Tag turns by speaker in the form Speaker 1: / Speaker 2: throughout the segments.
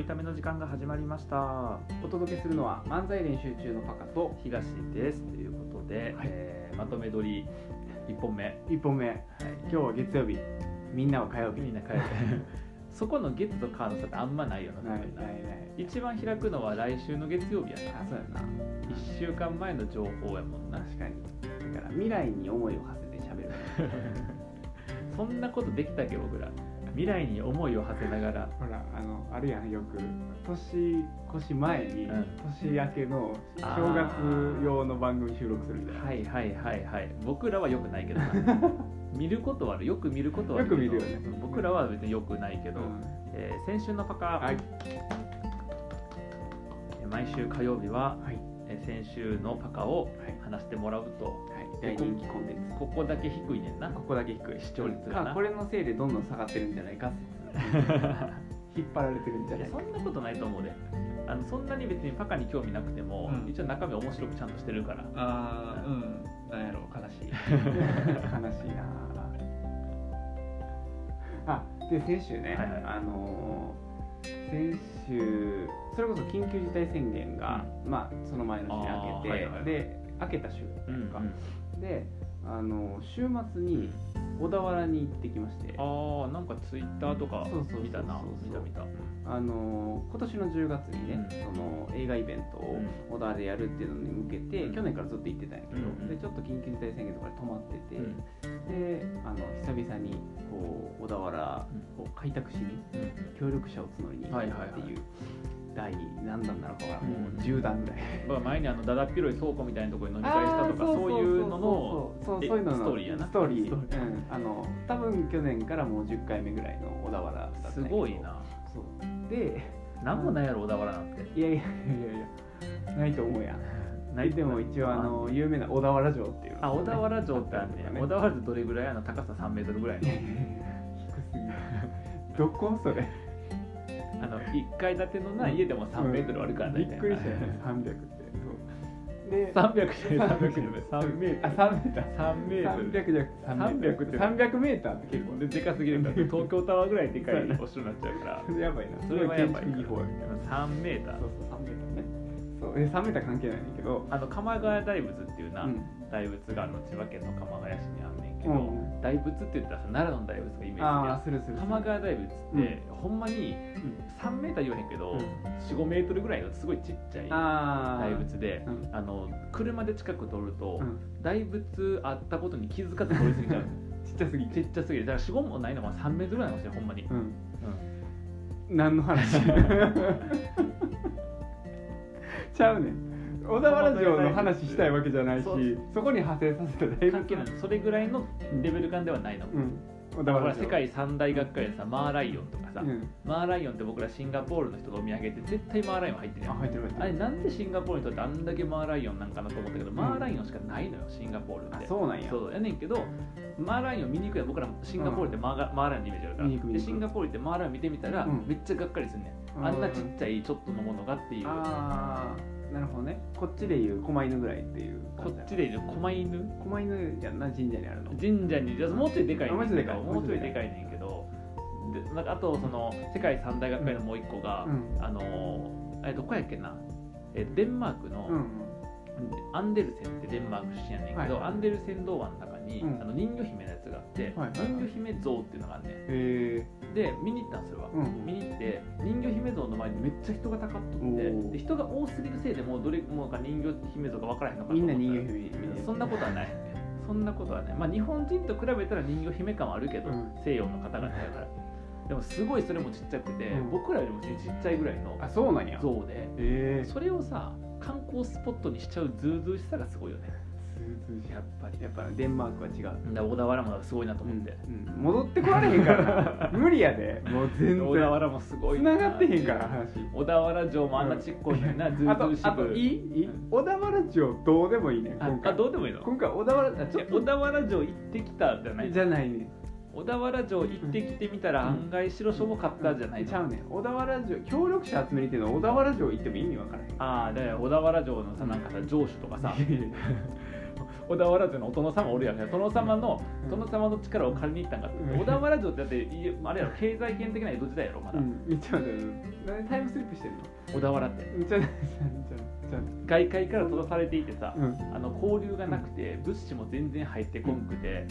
Speaker 1: いための時間が始まりました
Speaker 2: お届けするのは漫才練習中のパカと
Speaker 1: 東ですということで、
Speaker 2: はい
Speaker 1: えーまとめ撮り1本 目、はい、
Speaker 2: 1本目今日は月曜日みんなは火曜日
Speaker 1: みんな帰るそこの月と火の差ってあんまないよな
Speaker 2: ない
Speaker 1: 多分な
Speaker 2: ないない
Speaker 1: 一番開くのは来週の月曜日や
Speaker 2: あそうやな
Speaker 1: な1週間前の情報やもんな
Speaker 2: 確かにだから未来に思いを馳せて喋る
Speaker 1: そんなことできたっけ僕ら未来に思いを馳せながら
Speaker 2: ほらあのあるやんよく年越し前に、
Speaker 1: うん
Speaker 2: 年明けの
Speaker 1: あ
Speaker 2: 正
Speaker 1: ー
Speaker 2: 月用の番組収録するみたいな、
Speaker 1: はいはいはいはい僕らはよくないけどな 見ることはあるよく見ることはあるけど
Speaker 2: よく見るよね
Speaker 1: 僕らは別によくないけ
Speaker 2: う
Speaker 1: ど、
Speaker 2: ん
Speaker 1: えー先週のパカ、
Speaker 2: はい
Speaker 1: えー毎週火曜日は、
Speaker 2: はい
Speaker 1: えー先週のパカを
Speaker 2: はい
Speaker 1: 話してもらうと
Speaker 2: 大人気コンテンツ
Speaker 1: ここだけ低いねんな
Speaker 2: ここだけ低い
Speaker 1: 視聴率がな
Speaker 2: かこれのせいでどんどん下がってるんじゃないか説 引っ張られてるんじゃ
Speaker 1: い
Speaker 2: な
Speaker 1: や
Speaker 2: い
Speaker 1: そんなことないと思うであのそんなに別にパカに興味なくても、
Speaker 3: うん
Speaker 1: 一応中身面白くちゃんとしてるから
Speaker 3: ああうんなんやろ悲 しい
Speaker 2: 悲しいなあで先週ね、
Speaker 1: はいはい
Speaker 2: あのー先週それこそ緊急事態宣言が、まあその前の日に明けて、
Speaker 1: あーはいはい
Speaker 2: で明けた週
Speaker 1: うん、うん、
Speaker 2: か
Speaker 1: あ
Speaker 2: であのー週末に小田原に行ってきまして
Speaker 1: あーなんかツイッターとか
Speaker 2: そうそうそうそう
Speaker 1: 見たな見た見た
Speaker 2: あのー今年の10月にね、その映画イベントを小田原でやるっていうのに向けて、
Speaker 1: うん
Speaker 2: 去年からずっと行ってたんやけど、
Speaker 1: うん
Speaker 2: でちょっと緊急事態宣言とかで止まってて、
Speaker 1: うん
Speaker 2: であの久々にこう小田原を開拓しに協力者を募りに行くっていう、
Speaker 1: はいはいはい
Speaker 2: 第何弾なのかわからんも
Speaker 1: うん
Speaker 2: う10弾 ぐらい
Speaker 1: まあ前にあのだだっ広い倉庫みたいなところに飲み会したとかそういうのの
Speaker 2: そうそう
Speaker 1: え
Speaker 2: そういうのの
Speaker 1: ストーリーやな
Speaker 2: ストーリ
Speaker 1: ス
Speaker 2: ー
Speaker 1: トーリー
Speaker 2: うんあの多分去年からもう10回目ぐらいの小田原だったんやけ
Speaker 1: す
Speaker 2: ど
Speaker 1: ごいな
Speaker 2: そうで
Speaker 1: なんもないやろ小田原なんて
Speaker 2: いやいやいやいやないと思うやん
Speaker 1: ない
Speaker 2: でも一応あの有名な小田原城っていうのが
Speaker 1: あ小田原城ってあ
Speaker 2: あったり
Speaker 1: る
Speaker 2: とか
Speaker 1: ね
Speaker 2: ね
Speaker 1: 小田原城どれぐらいあの高さ3メートルぐらい
Speaker 2: い
Speaker 1: の
Speaker 2: やいやいや 低すぎるどこそれ
Speaker 1: あの1階建てのな家でも3メートルあるから
Speaker 2: び
Speaker 1: 大体
Speaker 2: っくりしたよね300ってそうで
Speaker 1: 300じゃない300 3メー
Speaker 2: 3メー
Speaker 1: ト
Speaker 2: タ
Speaker 1: ル
Speaker 2: ーあ3メーター
Speaker 1: 3メートル
Speaker 2: 300
Speaker 1: 300
Speaker 2: じゃなくて
Speaker 1: って
Speaker 2: 300メーターって結
Speaker 1: 結構ででかすぎるから東京タワーぐらいでかいお城になっちゃうから
Speaker 2: 構やばいな
Speaker 1: それはやばい
Speaker 2: 建築技法やみたいな
Speaker 1: 3メーター
Speaker 2: そうそう3メーターねそうえ3メーター関係ないんだけど
Speaker 1: あの鎌ヶ谷大仏っていうな、
Speaker 2: うん
Speaker 1: 大仏があの千葉県の鎌ヶ谷市にあんねんけど、
Speaker 2: うん
Speaker 1: 大仏って言ったらさ奈良の大仏がイメー
Speaker 2: あ
Speaker 1: ジ
Speaker 2: あするす
Speaker 1: で
Speaker 2: る
Speaker 1: す
Speaker 2: る
Speaker 1: 鎌ヶ谷大仏って、ほんまに
Speaker 2: うん
Speaker 1: 3メーター言わへんけど、
Speaker 2: うん
Speaker 1: 45メートルぐらいのすごいちっちゃい
Speaker 2: ああ
Speaker 1: 大仏で。
Speaker 2: うん
Speaker 1: あの車で近く通ると、
Speaker 2: うん
Speaker 1: 大仏あったことに気づかず通り過ぎちゃ う
Speaker 2: ちっちゃすぎ
Speaker 1: ち
Speaker 2: て
Speaker 1: っちゃすぎるだから45もないのは3メートルぐらいなのかもしれんほんまに、
Speaker 2: うん
Speaker 1: うん
Speaker 2: 何の話 ちゃうねん小田原城の話したいわけじゃないし
Speaker 1: そう
Speaker 2: そこに派生させた大
Speaker 1: 関係ない
Speaker 2: 仏
Speaker 1: それぐらいのレベル感ではないの、
Speaker 2: うん小
Speaker 1: だか
Speaker 2: 田原
Speaker 1: ら
Speaker 2: 城
Speaker 1: 世界三大学会でさマーライオンとかさ、
Speaker 2: うん
Speaker 1: マーライオンって僕らシンガポールの人のお土産って絶対マーライオン入ってるや
Speaker 2: あ
Speaker 1: ん
Speaker 2: 入ってる入ってる
Speaker 1: あれなんでシンガポールにとってあんだけマーライオンなんかなと思ったけど、
Speaker 2: ん
Speaker 1: マーライオンしかないのよシンガポールって
Speaker 2: あそうなんや
Speaker 1: そうやねんけどマーライオン見に行くやん僕らシンガポールってマーガ、マーライオンのイメージあるから
Speaker 2: 見に行く見
Speaker 1: で
Speaker 2: に行
Speaker 1: シ
Speaker 2: く
Speaker 1: ンガポールってマーライオン見てみたら、
Speaker 2: うん
Speaker 1: めっちゃがっかりすんね
Speaker 2: うん
Speaker 1: んあんなちっちゃいちょっとのものがっていう
Speaker 2: ああなるほどねこっちでいう狛犬ぐらいっていう
Speaker 1: こっちでいう狛犬
Speaker 2: 狛犬やんな神社にあるの
Speaker 1: 神社にじゃあもうちょいでかいねん
Speaker 2: あもうちょいでかい
Speaker 1: もうちょいでかいねんけどでなんかあとその世界三大学会のもう一個が、
Speaker 2: うん
Speaker 1: あのーえどこやっけなえデンマークの、
Speaker 2: うん
Speaker 1: アンデルセンってデンマーク出身やねんけど、
Speaker 2: はい
Speaker 1: アンデルセン童話の中に、
Speaker 2: うん
Speaker 1: あの人魚姫のやつがあって、
Speaker 2: はいはいはい
Speaker 1: 人魚姫像っていうのがあんね
Speaker 2: へえ
Speaker 1: んで見に行ったんですよ、
Speaker 2: うん
Speaker 1: 見に行って人魚姫像の前にめっちゃ人がたかっと
Speaker 2: お
Speaker 1: って
Speaker 2: ー
Speaker 1: で人が多すぎるせいでもうどれもうか人魚姫像か分からへんのか
Speaker 2: みんな
Speaker 1: と思
Speaker 2: 人
Speaker 1: った
Speaker 2: 魚
Speaker 1: ら
Speaker 2: 姫見て
Speaker 1: そんなことはないそんなことはないまあ日本人と比べたら人魚姫感はあるけど、
Speaker 2: うん
Speaker 1: 西洋の方々だからでもすごいそれもちっちゃくて、
Speaker 2: うん
Speaker 1: 僕らよりもちっちゃいぐらいの
Speaker 2: あそうなんや
Speaker 1: 像で
Speaker 2: ええ
Speaker 1: それをさ観光スポットにしちゃうズうずうしさがすごいよねやっぱり
Speaker 2: やっぱデンマークは違う
Speaker 1: だから小田原もすごいなと
Speaker 2: う
Speaker 1: 思っ
Speaker 2: ん
Speaker 1: て、
Speaker 2: うん戻ってこられへん からな無理やでもう全
Speaker 1: 小田
Speaker 2: 然
Speaker 1: 原もすごい
Speaker 2: 繋がってへんから話
Speaker 1: 小田原城もあんなちっこいのにな、ずう
Speaker 2: あと
Speaker 1: ずうしく
Speaker 2: あといいいい
Speaker 1: うん
Speaker 2: 小田原城どうでもいいねん
Speaker 1: あ
Speaker 2: 今
Speaker 1: あ
Speaker 2: 回
Speaker 1: どうでもいいの
Speaker 2: 今回小田原あ
Speaker 1: い
Speaker 2: ちょ
Speaker 1: や
Speaker 2: っ
Speaker 1: 小
Speaker 2: と
Speaker 1: 田原城行ってきたじゃない
Speaker 2: じゃないね
Speaker 1: 小田原城行ってきてみたら
Speaker 2: うん
Speaker 1: 案外白しょぼかったじゃないの
Speaker 2: ちゃうねん小田原城協力者集めにっていうのは小田原城行っても意味わからへん
Speaker 1: ああだから小田原城のさなんかさ城主とかさ
Speaker 2: いやいや
Speaker 1: 小田原城のお殿様おるやんか殿様の
Speaker 2: うん
Speaker 1: 殿様の力を借りに行ったんかって
Speaker 2: うん
Speaker 1: 小田原城ってだっていやあれやろ経済圏的な江戸時代やろまだ、
Speaker 2: うん、ちゃうだよ。タイムスリップしてるの。
Speaker 1: 小田原って
Speaker 2: めっちゃだよ、めちゃだよ、
Speaker 1: 外界から閉ざされていてさ
Speaker 2: めちゃだよ。うん。
Speaker 1: あの交流がなくて物資も全然入ってこんくて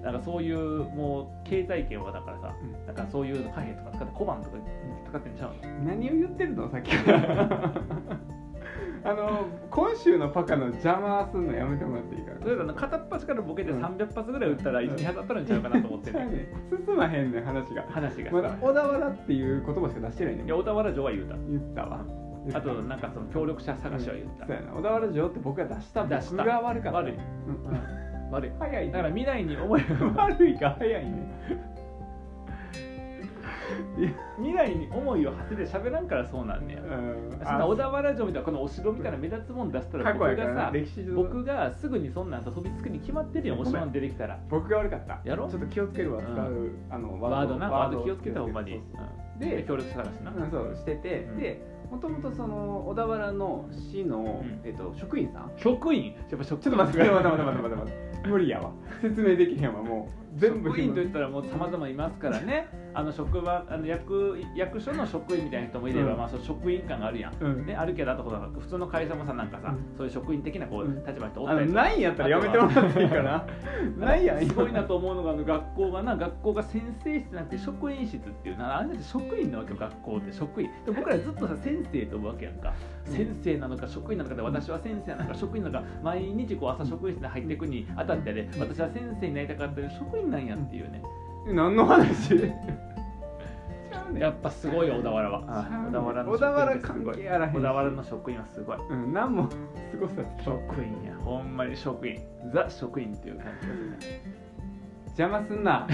Speaker 2: う
Speaker 1: なんかそういうもう経済圏はだからさ
Speaker 2: うん
Speaker 1: なんかそういう貨幣とか使って小判とか使ってんちゃうの
Speaker 2: 何を言ってるのさっき からあの今週のパカの邪魔すんのやめてもらっていいから
Speaker 1: 例えばあの片っ端からボケて
Speaker 2: うん
Speaker 1: 300発ぐらい打ったら12発当たるんちゃうかなと思って
Speaker 2: じゃあ
Speaker 1: ね
Speaker 2: ね進まへんねん話が
Speaker 1: 話が
Speaker 2: まだ
Speaker 1: さ
Speaker 2: 小田原っていう言葉しか出してないねん
Speaker 1: いや小田原城は言うた
Speaker 2: 言ったわ言った
Speaker 1: あとなんかその協力者探しは言っ
Speaker 2: そう
Speaker 1: た、
Speaker 2: やな小田原城って僕が出した
Speaker 1: 出した
Speaker 2: 僕が悪かった
Speaker 1: 悪い
Speaker 2: うん
Speaker 1: 悪い
Speaker 2: 早いね
Speaker 1: だから未来に思い
Speaker 2: 悪いか早いね
Speaker 1: 未来に思いを馳せて喋らんからそうなんねや
Speaker 2: うん
Speaker 1: そんな小田原城みたいなこのお城みたいな目立つもん出したら
Speaker 2: 過去
Speaker 1: 僕
Speaker 2: やか
Speaker 1: が
Speaker 2: ら
Speaker 1: さ
Speaker 2: な歴史上
Speaker 1: 僕がすぐにそんなんさ飛びつくに決まってるよお城に出てきたら
Speaker 2: 僕が悪かった
Speaker 1: やろ
Speaker 2: ちょっと気をつけるわ
Speaker 1: うん
Speaker 2: 使うあの
Speaker 1: ワードなワード気をつけたほんまに
Speaker 2: そうそう
Speaker 1: うん
Speaker 2: で
Speaker 1: で協力者探しな
Speaker 2: うん、そうしてて、
Speaker 1: うん
Speaker 2: でもともとその小田原の市の、
Speaker 1: うん
Speaker 2: えっと、職員さん
Speaker 1: 職員やっぱ職員
Speaker 2: ちょっと待って待って待って待って待って待って無理 やわ説明できへんわもう全部
Speaker 1: 職員と
Speaker 2: 自
Speaker 1: いった
Speaker 2: 分
Speaker 1: らもう様々いますからねあの職場あの役役所の職員みたいな人もいれば、
Speaker 2: うん
Speaker 1: まあ、その職員感があるやん、
Speaker 2: うん
Speaker 1: ね、あるけどあとほら普通の会社もさなんかさ、
Speaker 2: うん
Speaker 1: そういう職員的なこう
Speaker 2: うん
Speaker 1: 立場の人おっ
Speaker 2: あ
Speaker 1: た
Speaker 2: の
Speaker 1: りとか
Speaker 2: ないんやったらやめてもらっていいかな ないやん
Speaker 1: すごいなと思うのがあの学校がな学校が先生室なんて職員室っていうなあれだって職員なわけよ学校って職員で僕らずっとさ先生と思うわけやんか
Speaker 2: うん
Speaker 1: 先生なのか職員なのかで私は先生なのか職員なのか毎日こう朝職員室に入っていくにあたってで、私は先生になりたかったけど職員なんやっていうね、
Speaker 2: 何 の話ちゃうねん
Speaker 1: やっぱすごいよ小田原は
Speaker 2: ちゃうねん
Speaker 1: 小田原の
Speaker 2: 小田原
Speaker 1: 職員ってす
Speaker 2: 関
Speaker 1: ごい
Speaker 2: 係あらへんし
Speaker 1: 小田原の職員はすごい
Speaker 2: うん何もすごさと
Speaker 1: 職員やほんまに職員ザ職員っていう感じですね
Speaker 2: 邪魔すんな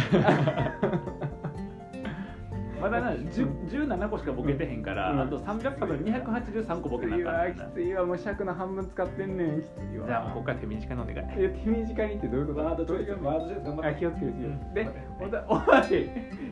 Speaker 1: まだな10 17個しかボケてへんから、
Speaker 2: うん
Speaker 1: あと300個と283個ボケなあ
Speaker 2: きつい
Speaker 1: か
Speaker 2: わ
Speaker 1: ん
Speaker 2: き
Speaker 1: からな
Speaker 2: ついわもう尺の半分使ってんねんきついわ
Speaker 1: じゃあもうここから手短のお願い
Speaker 2: え手短にってどういうこと
Speaker 1: ワード頑
Speaker 2: あ気をつける気をつけ
Speaker 1: うん
Speaker 2: る、でおだおい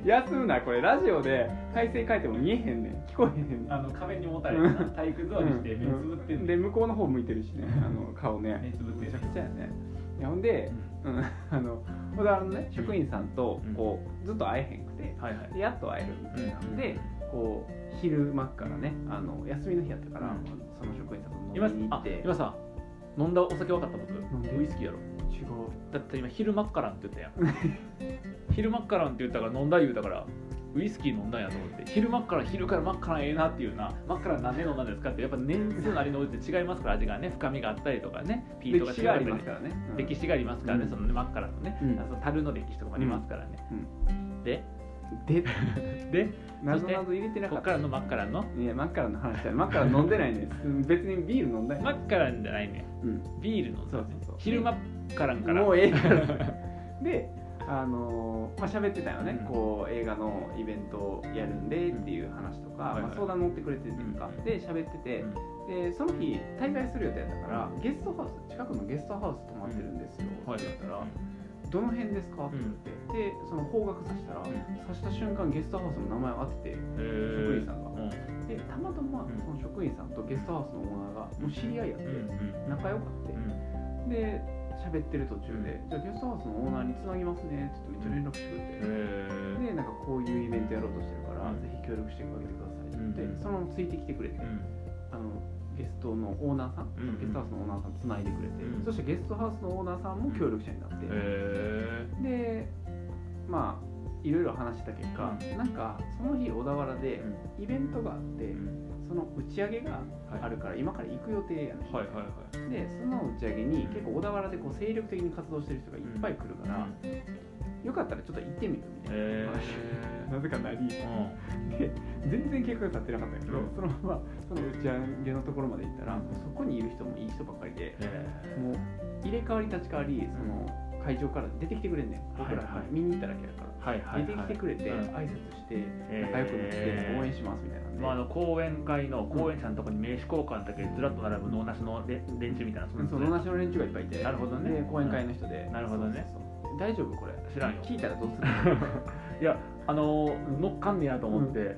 Speaker 2: 休むなこれラジオで再生書いても見えへんねん聞こえへんねん
Speaker 1: あの壁にもたれてな体育座りして目つぶってんね
Speaker 2: で
Speaker 1: ん
Speaker 2: 向こうの方向いてるし ねあの顔
Speaker 1: 目
Speaker 2: ね
Speaker 1: つぶって
Speaker 2: め
Speaker 1: る
Speaker 2: ちゃくちゃやねいやほんで、うん、あの小田原のね職員さんと
Speaker 1: うん
Speaker 2: こうずっと会えへんくて
Speaker 1: はいはい
Speaker 2: でやっと会えるみたいな
Speaker 1: うん
Speaker 2: んでこう昼間からねあの休みの日やったから、
Speaker 1: うん
Speaker 2: その職員さんと
Speaker 1: 今
Speaker 2: 飲みに行
Speaker 1: あ
Speaker 2: って
Speaker 1: 今さ飲んだお酒分かった
Speaker 2: んで
Speaker 1: 僕ウイスキーやろ
Speaker 2: 違う
Speaker 1: だって今昼マッカランって言ったや ん昼マッカランって言ったから飲んだ言うたからウイスキー飲んだんやと思って昼マッカラン昼からマッカランええなっていうなマッカラン何年飲んだんですかってやっぱ年数なりのうち違いますから味がね深みがあったりとかねピート
Speaker 2: 歴
Speaker 1: が
Speaker 2: 史
Speaker 1: 違
Speaker 2: があ
Speaker 1: う
Speaker 2: り
Speaker 1: り
Speaker 2: ますからね、うん
Speaker 1: 歴史がありますからね、
Speaker 2: うん
Speaker 1: そのねマッカランのね、
Speaker 2: うん
Speaker 1: あの樽の歴史とかもありますからね、で
Speaker 2: で
Speaker 1: で
Speaker 2: なぞなぞ入れてな
Speaker 1: こ
Speaker 2: か
Speaker 1: っ
Speaker 2: っ
Speaker 1: か
Speaker 2: た
Speaker 1: らのマッカランの
Speaker 2: いやマッカランの話だよマッカラン飲んでないね 別にビール飲んだよ、
Speaker 1: マッカランじゃないね
Speaker 2: うん、
Speaker 1: ビールの
Speaker 2: そうそうそう
Speaker 1: 昼マッカランから
Speaker 2: もうええからであのーまあ喋ってたよね、
Speaker 1: うん
Speaker 2: こう映画のイベントをやるんでっていう話とか、
Speaker 1: うんはいはい
Speaker 2: まあ、相談乗ってくれてるっていうか、
Speaker 1: うん
Speaker 2: で喋ってて、でその日滞在する予定だったから、ゲストハウス近くのゲストハウス泊まってるんですよ、
Speaker 1: はい
Speaker 2: って言ったら、
Speaker 1: うん
Speaker 2: どの辺ですか?」って言って、でその方角指したら、
Speaker 1: ん
Speaker 2: 指した瞬間ゲストハウスの名前を当てて
Speaker 1: えー
Speaker 2: 職員さんが
Speaker 1: うん
Speaker 2: でたまた
Speaker 1: う
Speaker 2: ま
Speaker 1: ん
Speaker 2: その職員さんとゲストハウスのオーナーがもう知り合いやって、
Speaker 1: うん
Speaker 2: 仲良かって、
Speaker 1: うん
Speaker 2: で喋ってる途中で、
Speaker 1: う
Speaker 2: じゃあゲストハウスのオーナーに繋ぎますねって言ってめっちゃ連絡してくれて、
Speaker 1: えー
Speaker 2: でなんかこういうイベントやろうとしてるから、
Speaker 1: うん
Speaker 2: ぜひ協力してあげてくださいって言って、
Speaker 1: うん
Speaker 2: そのままついてきてくれて、あのゲストのオーナーさん、
Speaker 1: うん
Speaker 2: ゲストハウスのオーナーさん繋いでくれて、
Speaker 1: うん
Speaker 2: そしてゲストハウスのオーナーさんも協力者になって、
Speaker 1: え
Speaker 2: でまあいろいろ話した結果、なんかその日小田原でイベントがあって、その打ち上げがあるから今から行く予定やねん
Speaker 1: はいはいはい
Speaker 2: でその打ち上げに結構小田原でこう精力的に活動してる人がいっぱい来るから、よかったらちょっと行ってみるみたいな、
Speaker 1: えー
Speaker 2: なぜかなりで
Speaker 1: う
Speaker 2: 全然計画が立ってなかったんやけど、
Speaker 1: うん
Speaker 2: そのままその打ち上げのところまで行ったら、そこにいる人もいい人ばっかりで
Speaker 1: え
Speaker 2: もう入れ替わり立ち替わりその会場から出てきてくれんねん僕ら、
Speaker 1: はいはい
Speaker 2: 見に行っただけだか
Speaker 1: ー
Speaker 2: ら。
Speaker 1: はいはいはい
Speaker 2: 出てきてくれて、
Speaker 1: うん
Speaker 2: 挨拶して仲良くなって、応援しますみたいなんで、
Speaker 1: まあ、あの講演会の講演者のとこに名刺交換だけずらっと並ぶ脳なしのれ連中みたいなそんな
Speaker 2: その同じの連中がいっぱいいて
Speaker 1: なるほどね
Speaker 2: で講演会の人で、
Speaker 1: んなるほどね
Speaker 2: そうそうそう大丈夫これ
Speaker 1: 知らんよ
Speaker 2: 聞いたらどうするの、
Speaker 1: いやあのー乗っかんねやと思って、
Speaker 2: うん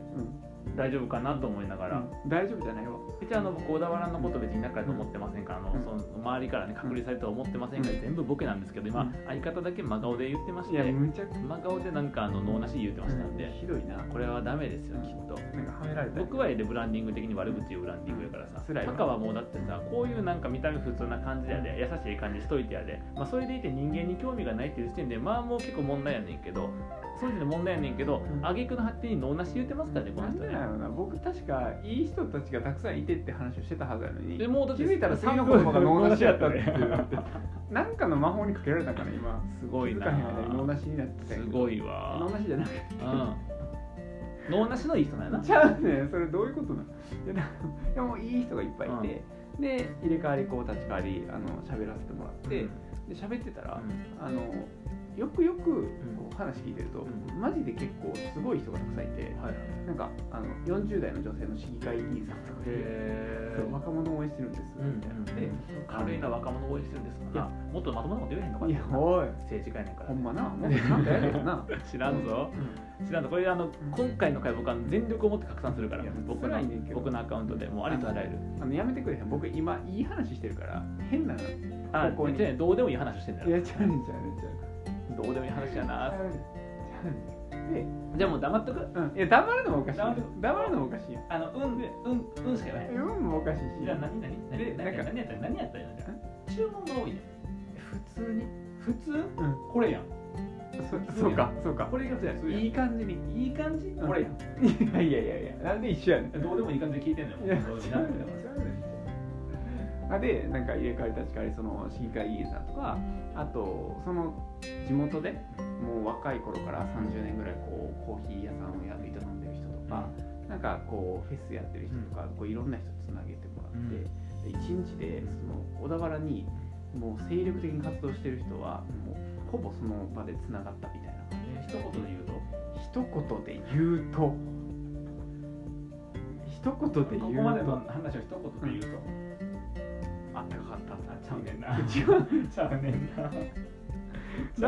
Speaker 1: 大丈夫かなと思いながら、
Speaker 2: 大丈夫じゃないわ
Speaker 1: 別にあの僕小田原のこと別に仲良いと思ってませんから、あの
Speaker 2: うん
Speaker 1: その周りからね隔離されたと思ってませんから、
Speaker 2: うん
Speaker 1: 全部ボケなんですけど
Speaker 2: う
Speaker 1: 今
Speaker 2: ん
Speaker 1: 相方だけ真顔で言ってまし
Speaker 2: いや
Speaker 1: て
Speaker 2: むちゃくち
Speaker 1: 真顔でなんかあの脳なし言ってましたん
Speaker 2: ゃ
Speaker 1: で、
Speaker 2: ひどいな
Speaker 1: これはダメですよ
Speaker 2: うん
Speaker 1: きっと。
Speaker 2: なんかはめられた
Speaker 1: 僕はええでブランディング的に悪口言うブランディングやからさ
Speaker 2: 辛いわ
Speaker 1: タカはもうだってさこういうなんか見た目普通な感じやで優しい感じしといてやで、まあ、それでいて人間に興味がないっていう時点でまあもう結構問題やねんけどそういう時点で問題やねんけど
Speaker 2: うん
Speaker 1: 挙句の果てに脳なし言うてますからねこ
Speaker 2: な
Speaker 1: の
Speaker 2: ん
Speaker 1: 人
Speaker 2: で
Speaker 1: ね
Speaker 2: なのな僕確かいい人たちがたくさんいてって話をしてたはずやのに
Speaker 1: でもうだって
Speaker 2: 気づいたら次の言葉が脳なしやったってなってなんかの魔法にかけられたから今
Speaker 1: すごい
Speaker 2: 気づかへん間に脳
Speaker 1: な
Speaker 2: なしになってたんや
Speaker 1: す
Speaker 2: けど
Speaker 1: ごい
Speaker 2: 脳
Speaker 1: わ
Speaker 2: なしじゃなく
Speaker 1: うん脳なしのいい人なんやな
Speaker 2: ちゃうねんそれどういうことなのいやだからでもいい人がいっぱいいて、で入れ替わりこう立ち替わりあの喋らせてもらって、
Speaker 1: うん
Speaker 2: で喋ってたら、
Speaker 1: う
Speaker 2: あのよくよくこう話聞いてる
Speaker 1: う
Speaker 2: と、
Speaker 1: ん
Speaker 2: マジで結構すごい人がたくさんいて
Speaker 1: ん、はい
Speaker 2: なんかあの40代の女性の市議会議員さんとかで
Speaker 1: へ
Speaker 2: そう若者を応援してるんです
Speaker 1: うん
Speaker 2: みたいなで、
Speaker 1: 軽いな若者応援してるんですから
Speaker 2: い
Speaker 1: もっとまともなこと言えへんのか
Speaker 2: い
Speaker 1: な
Speaker 2: やおい
Speaker 1: 政治家やねんから
Speaker 2: ほんまなもっとなんかやれよな
Speaker 1: 知らんぞ知らんぞこれあの今回の回僕は全力を持って拡散するから
Speaker 2: いや
Speaker 1: 僕
Speaker 2: 辛
Speaker 1: の
Speaker 2: いねんけど
Speaker 1: 僕のアカウントでもうありとあらゆる
Speaker 2: あのやめてくれへん僕今いい話してるから変なのいや
Speaker 1: あ
Speaker 2: ここに
Speaker 1: じゃあねどうでもいい話してんだ
Speaker 2: ちゃうね
Speaker 1: よ
Speaker 2: んちゃうねんちゃうねん
Speaker 1: どうでもいい話やな
Speaker 2: ちゃうねんで
Speaker 1: じゃあもう黙っとく
Speaker 2: うんいや黙るのもおかしいよ
Speaker 1: 黙る
Speaker 2: 黙るのもおかしいよ
Speaker 1: あのうんでうんうんしか言わへん
Speaker 2: 運もおかしいし
Speaker 1: じゃあ何何
Speaker 2: で
Speaker 1: 何何
Speaker 2: なんか
Speaker 1: 何やったら何やったら注文が多いね
Speaker 2: 普通に
Speaker 1: 普通これやん
Speaker 2: そそうかそうか
Speaker 1: これが普通やん
Speaker 2: い
Speaker 1: い
Speaker 2: い感じに
Speaker 1: いい感じこれやん
Speaker 2: いやいやいやいやなんで一緒やねん
Speaker 1: どうでもいい感じで聞いてんのよ
Speaker 2: いや
Speaker 1: どうでもい
Speaker 2: 違
Speaker 1: いな
Speaker 2: うねん違うねんあ でなんか入れ替わり立ち替わりその市議会議員さんとかあとその地元でもう若い頃から30年ぐらいこうコーヒー屋さんをや営んでる人とか、なんかこうフェスやってる人とか、こういろんな人つなげてもらって、
Speaker 1: うん
Speaker 2: で1日でその小田原にもう精力的に活動してる人はもうほぼその場でつながったみたいな
Speaker 1: え一言で言うと
Speaker 2: 一言で言うと一言で
Speaker 1: ここ
Speaker 2: 言
Speaker 1: ま
Speaker 2: う
Speaker 1: で
Speaker 2: と
Speaker 1: の話を一言で言うと、あったかかったなちゃうねん な
Speaker 2: 違
Speaker 1: ちゃうねんな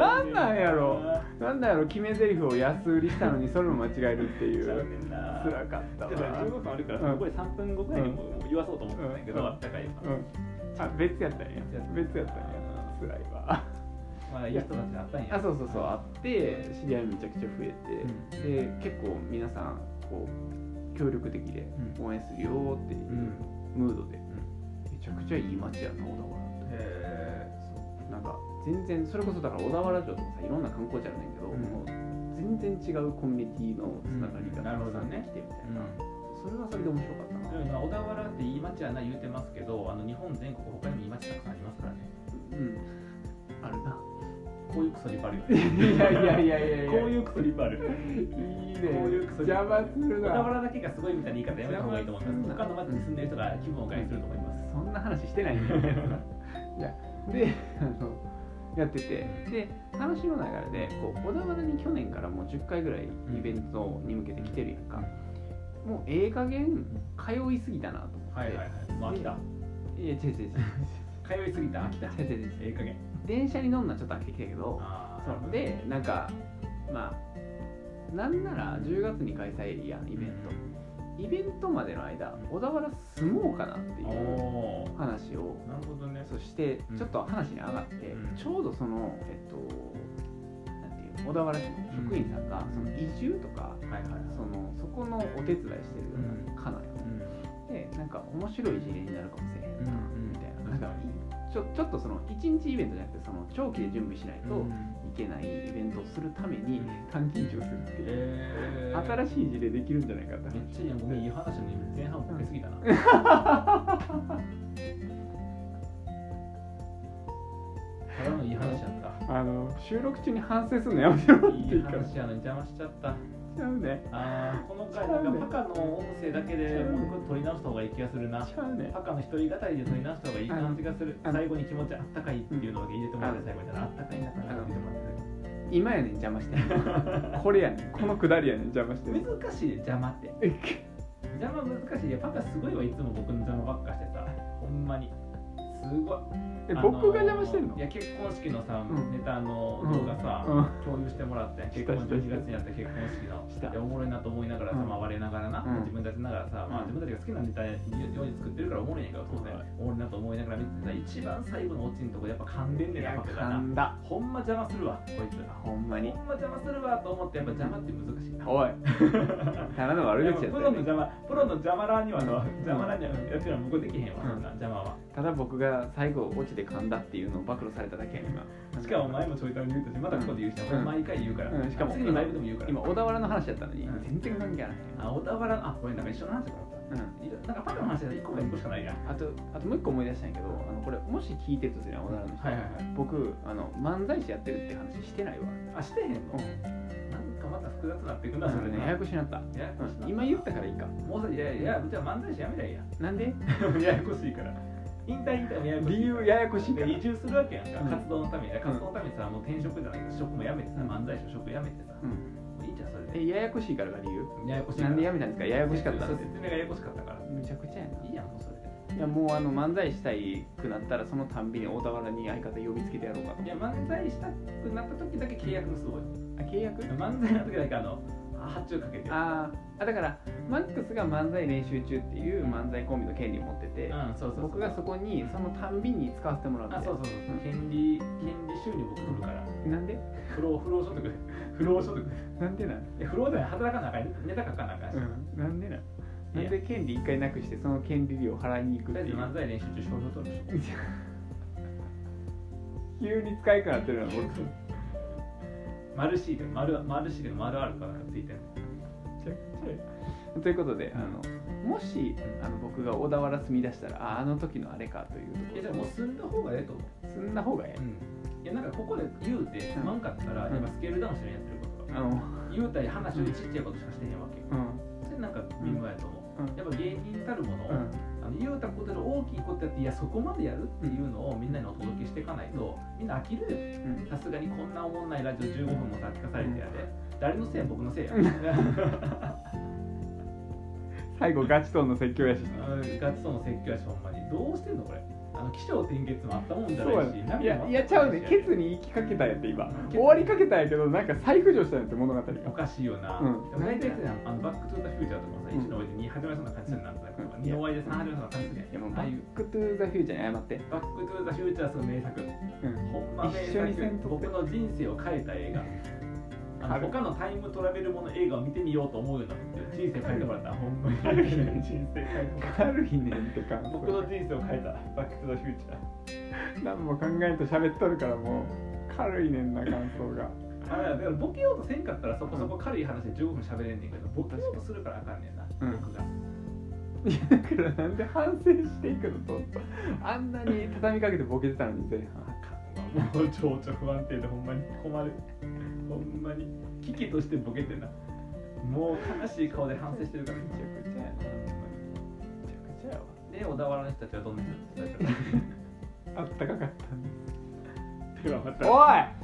Speaker 2: なんなんやろなんだろう決め台詞を安売りしたのにそれも間違えるって い
Speaker 1: ちゃう
Speaker 2: う
Speaker 1: ねんな
Speaker 2: 辛かった
Speaker 1: だから
Speaker 2: わ
Speaker 1: 15分あるから
Speaker 2: うん
Speaker 1: そこで3分後ぐらいにもう言わそうと思ってたんやけど、
Speaker 2: うん
Speaker 1: あったかいわ
Speaker 2: うんあ別やったんや別やったんや辛いわ
Speaker 3: まあいい人たちだったんや
Speaker 2: あそうそうそうあって知り合いめちゃくちゃ増えて、で結構皆さんこう協力的で
Speaker 1: う
Speaker 2: 応援するよーっていうムードで、めちゃくちゃいい街やな
Speaker 1: へ
Speaker 2: 小
Speaker 1: え
Speaker 2: 田原なんか全然それこそだから小田原城とかさいろんな観光地あるねんけど、
Speaker 1: うん
Speaker 2: もう全然違うコミュニティのつながりがたくさんできてみたいな、それはそれで面白かったな、
Speaker 1: 小田原っていい街はな言うてますけどあの日本全国他にもいい街たくさんありますからね
Speaker 2: うん、あるな
Speaker 1: こういうクソリパあるよ
Speaker 2: い やいやいやい やいや
Speaker 1: こういうクソリパある
Speaker 2: いいね
Speaker 1: こういうクソ
Speaker 2: 邪魔する
Speaker 1: 小田
Speaker 2: な
Speaker 1: 原だけがすごいみたいな言い方やめた方がいいと思います他の町に住んでる人が気分を害すると思います
Speaker 2: そんな話してないんだよいやであのやっててで話の流れでこう小田原に去年からもう10回ぐらいイベントに向けて来てるやんか、もうええ加減通いすぎたなと思って、
Speaker 1: はいはいはいもう飽きた
Speaker 2: いや違う違う違う
Speaker 1: 通いすぎた飽きたえ
Speaker 2: 違う違う違う
Speaker 1: え加減
Speaker 2: 電車に乗んのはちょっと飽きてきたけど
Speaker 1: あ
Speaker 2: そ
Speaker 1: ー
Speaker 2: うでなんかまあなんなら10月に開催やんイベントイベントまでの間小田原住もうかなってい
Speaker 1: お
Speaker 2: う
Speaker 1: お
Speaker 2: 話を
Speaker 1: ーなるほどね
Speaker 2: そして
Speaker 1: うん
Speaker 2: ちょっと話に上がって、
Speaker 1: うん
Speaker 2: ちょうどその、えっと、なんていうの小田原市の職員さんが、
Speaker 1: うん
Speaker 2: その移住とか
Speaker 1: はいはいはい
Speaker 2: そのそこのお手伝いしてるような家内
Speaker 1: うん
Speaker 2: でなんか面白い事例になるかもしれへんな、
Speaker 1: うん
Speaker 2: みたい
Speaker 1: うん
Speaker 2: ななんかちょちょっとその1日イベントじゃなくてその長期で準備しないと
Speaker 1: うん
Speaker 2: いけないイベントをするために
Speaker 1: うん
Speaker 2: 短期移住するっていう、
Speaker 1: えー
Speaker 2: 新しい事例できるんじゃないかって話
Speaker 1: めっちゃいいやんごめんいい話の前半ボケすぎたな ただのいい話やっ
Speaker 2: あの収録中に反省するのやめろ
Speaker 1: た
Speaker 2: っ
Speaker 1: い
Speaker 2: てい
Speaker 1: いう
Speaker 2: から
Speaker 1: 話やのに邪魔しちゃった
Speaker 2: ちゃうね
Speaker 1: あーこの回なんかパカの音声だけでもう一個取り直した方がいい気がするな
Speaker 2: ちゃうね
Speaker 1: パカの一人語りで取り直した方がいい感じがする
Speaker 2: あの
Speaker 1: 最後に気持ちあったかいっていうのだけ入れてもらって最後にあったかいなって言ってもらって
Speaker 2: 今やねん邪魔して んのこれやねんこのくだりやねん邪魔してんの
Speaker 1: 難しいで邪魔って邪魔難しいいやパパすごいわいつも僕の邪魔ばっかしてさほんまにすごい
Speaker 2: え
Speaker 1: あのー
Speaker 2: 僕が邪魔してんの
Speaker 1: いや結婚式のさ、
Speaker 2: うん
Speaker 1: ネタの
Speaker 2: うん
Speaker 1: 動画さ、
Speaker 2: う
Speaker 1: 共有してもらって
Speaker 2: し
Speaker 1: 結
Speaker 2: た
Speaker 1: 婚
Speaker 2: した
Speaker 1: 11月にあった結婚式の
Speaker 2: した
Speaker 1: でおもろいなと思いながらさ、
Speaker 2: うん
Speaker 1: まあ、我ながらな、
Speaker 2: うん
Speaker 1: 自分たちながらさ、まあ、
Speaker 2: うん
Speaker 1: 自分たちが好きなネタように作ってるからおもろいんやけど当然、
Speaker 4: はい
Speaker 1: おもろいなと思いながら見てた一番最後のオチのとこやっぱ噛んでんねんなパクが
Speaker 2: 噛
Speaker 1: なん
Speaker 2: だ
Speaker 1: ほんま邪魔するわこいつほ
Speaker 2: ほんまに
Speaker 1: んま邪魔するわと思ってやっぱ邪魔って難しいな
Speaker 2: お いただの悪口や
Speaker 1: プ
Speaker 2: った
Speaker 1: ロの
Speaker 2: よね
Speaker 1: 邪魔プロの邪魔らには
Speaker 2: う
Speaker 1: の
Speaker 2: ん
Speaker 1: 邪魔らにはやってるの向こうできへんわ、
Speaker 2: うん
Speaker 1: そんな邪魔は
Speaker 2: ただ僕が最後落ちて噛んだっていうのを暴露されただけや今
Speaker 1: しかも前もちょいために言ったしまたここで言うし、
Speaker 2: うん
Speaker 1: 毎回言うから、
Speaker 2: うんしかも
Speaker 1: 次のライブでも言うから
Speaker 2: 今小田原の話やったのに、
Speaker 1: うん
Speaker 2: 全然関係ない、
Speaker 1: あ小田原のあこれなんか一緒の話だと思っ
Speaker 2: うん、
Speaker 1: たいやなんかパクの話で1個か1個しかないやん
Speaker 2: あとあともう一個思い出したんやけどあのこれもし聞いてるとすれば小田原の人、
Speaker 1: はいはいはい
Speaker 2: 僕あの漫才師やってるって話してないわ、
Speaker 1: あしてへんの
Speaker 2: うん
Speaker 1: なんかまた複雑になってくんな
Speaker 2: あ
Speaker 1: そ
Speaker 2: の
Speaker 1: れ
Speaker 2: ね
Speaker 1: ね
Speaker 2: ややこしになった、
Speaker 1: ややこしい
Speaker 2: うん
Speaker 1: な
Speaker 2: 今言ったからいいか
Speaker 1: もうさいやいやじゃあ漫才師やめりゃいいや
Speaker 2: なんで
Speaker 1: ややこしいから引退引退もややこしい
Speaker 2: 理由ややこしいから
Speaker 1: で移住するわけやんか、
Speaker 2: うん
Speaker 1: 活動のために活動のためにさもう転職じゃないけど職もやめてさ漫才師の職やめてさ、
Speaker 2: うん
Speaker 1: もういいじゃんそれで
Speaker 2: えややこしいからが理由
Speaker 1: ややこしい
Speaker 2: なんでや
Speaker 1: め
Speaker 2: めたんですかややこしかったんで
Speaker 1: 説明がややこしかったから
Speaker 2: むちゃくちゃや
Speaker 1: いいやんもうそれで
Speaker 2: ないやもうあの漫才したいくなったらそのたんびに大田原に相方呼びつけてやろうかと
Speaker 1: いや漫才したくなった時だけ契約結ぼうよ
Speaker 2: あ契約
Speaker 1: 漫才の時だけあのあ発注かけて
Speaker 2: あーあだからマックスが漫才練習中っていう漫才コンビの権利を持ってて、
Speaker 1: うんそうそうそう
Speaker 2: 僕がそこにそのたんびに使わせてもらうんで
Speaker 1: あそうそうそう権利権利収入僕取るから
Speaker 2: なんで
Speaker 1: 不労不労所得不労所得
Speaker 2: なんでなん
Speaker 1: え不労だよ働かなあかんよネタ書かなあかんし、
Speaker 2: うん、なんでなんないん
Speaker 1: や
Speaker 2: で権利一回なくしてその権利料を払いに行く
Speaker 1: と
Speaker 2: っ
Speaker 1: り
Speaker 2: て
Speaker 1: あえず
Speaker 2: いう
Speaker 1: 漫才練習中商標取るでしょ
Speaker 2: 急に使いくなってるの僕
Speaker 1: マルシーで丸マルシーで丸あるからついてる
Speaker 2: ということであのもしあの僕が小田原住み出したらああの時のあれかというとこ
Speaker 1: え
Speaker 2: ろ
Speaker 1: じゃあもう住んだ方がええと思う、
Speaker 2: 住んだ方がえ
Speaker 1: うん、いやなんかここで言うてすまんかったら、
Speaker 2: うん
Speaker 1: やっぱスケールダウンしてるやってること
Speaker 2: え
Speaker 1: が、
Speaker 2: あの
Speaker 1: 言うたり話をちっちゃいことしかしてへんわけ
Speaker 2: うん
Speaker 1: それなんか微妙やと思
Speaker 2: うん
Speaker 1: う、やっぱ芸人たるものを、
Speaker 2: うん
Speaker 1: あの言うたことで大きいことやっていやそこまでやるっていうのをみんなにお届けしていかないとみんな飽きるよ
Speaker 2: うん
Speaker 1: さすがにこんなおもんないラジオ15分もさ聞かされてやで、誰のせいや僕のせいや
Speaker 2: 最後ガチトンの説教やし
Speaker 1: ガチそうの説教やしほんまにどうしてんのこれあの起承転結もあったもんじゃないし
Speaker 2: いやいやちゃうねケツに行きかけたんやって今
Speaker 1: うん
Speaker 2: 終わりかけたんやけどなんか再浮上したんやって物語が
Speaker 1: おかしいよな、
Speaker 2: うん
Speaker 1: でも大体さあのバック・トゥ・ザ・フューチャーとかもさ1の上で2始まりそうな感じになったりとか
Speaker 2: うん
Speaker 1: 2の終わりで3始まりそうな感じで
Speaker 2: いやもう
Speaker 1: あ
Speaker 2: バ
Speaker 1: あい
Speaker 2: ッ
Speaker 1: う
Speaker 2: ク・トゥ・ザ・フューチャーに謝って、
Speaker 1: バック・トゥ・ザ・フューチャーすの名作
Speaker 2: うん、
Speaker 1: ほんま名
Speaker 2: 一緒にせん
Speaker 1: 作
Speaker 2: とって
Speaker 1: 僕の人生を変えた映画あ
Speaker 2: ある
Speaker 1: の他のタイムトラベルもの映画を見てみようと思うようになって人生変えてもらったほんまに
Speaker 2: あるよね
Speaker 1: 人生変えてもらっ
Speaker 2: 軽いねんって感
Speaker 1: た
Speaker 2: 想
Speaker 1: 僕の人生を変えたバック・トゥ・ザ・フューチ
Speaker 2: 何も考えんと喋っとるからもう軽いねんな感想
Speaker 1: ャー
Speaker 2: が
Speaker 1: あだからボケようとせんかったらそこそこ軽い話で15分喋れんねんけどボケようとするからあかんねんな、
Speaker 2: うん
Speaker 1: 僕が
Speaker 2: いやだからなんで反省していくのとあんなに畳みかけてボケてたのに前半
Speaker 1: もう情緒不安定でほんまに困るほんまに危機としてボケてなもう悲しい顔で反省してるから
Speaker 2: めちゃくちゃやなめちゃくちゃや
Speaker 1: で小田原の人たちはどんな人たちだったか
Speaker 2: わあったかかったんで
Speaker 1: ではまた
Speaker 2: おい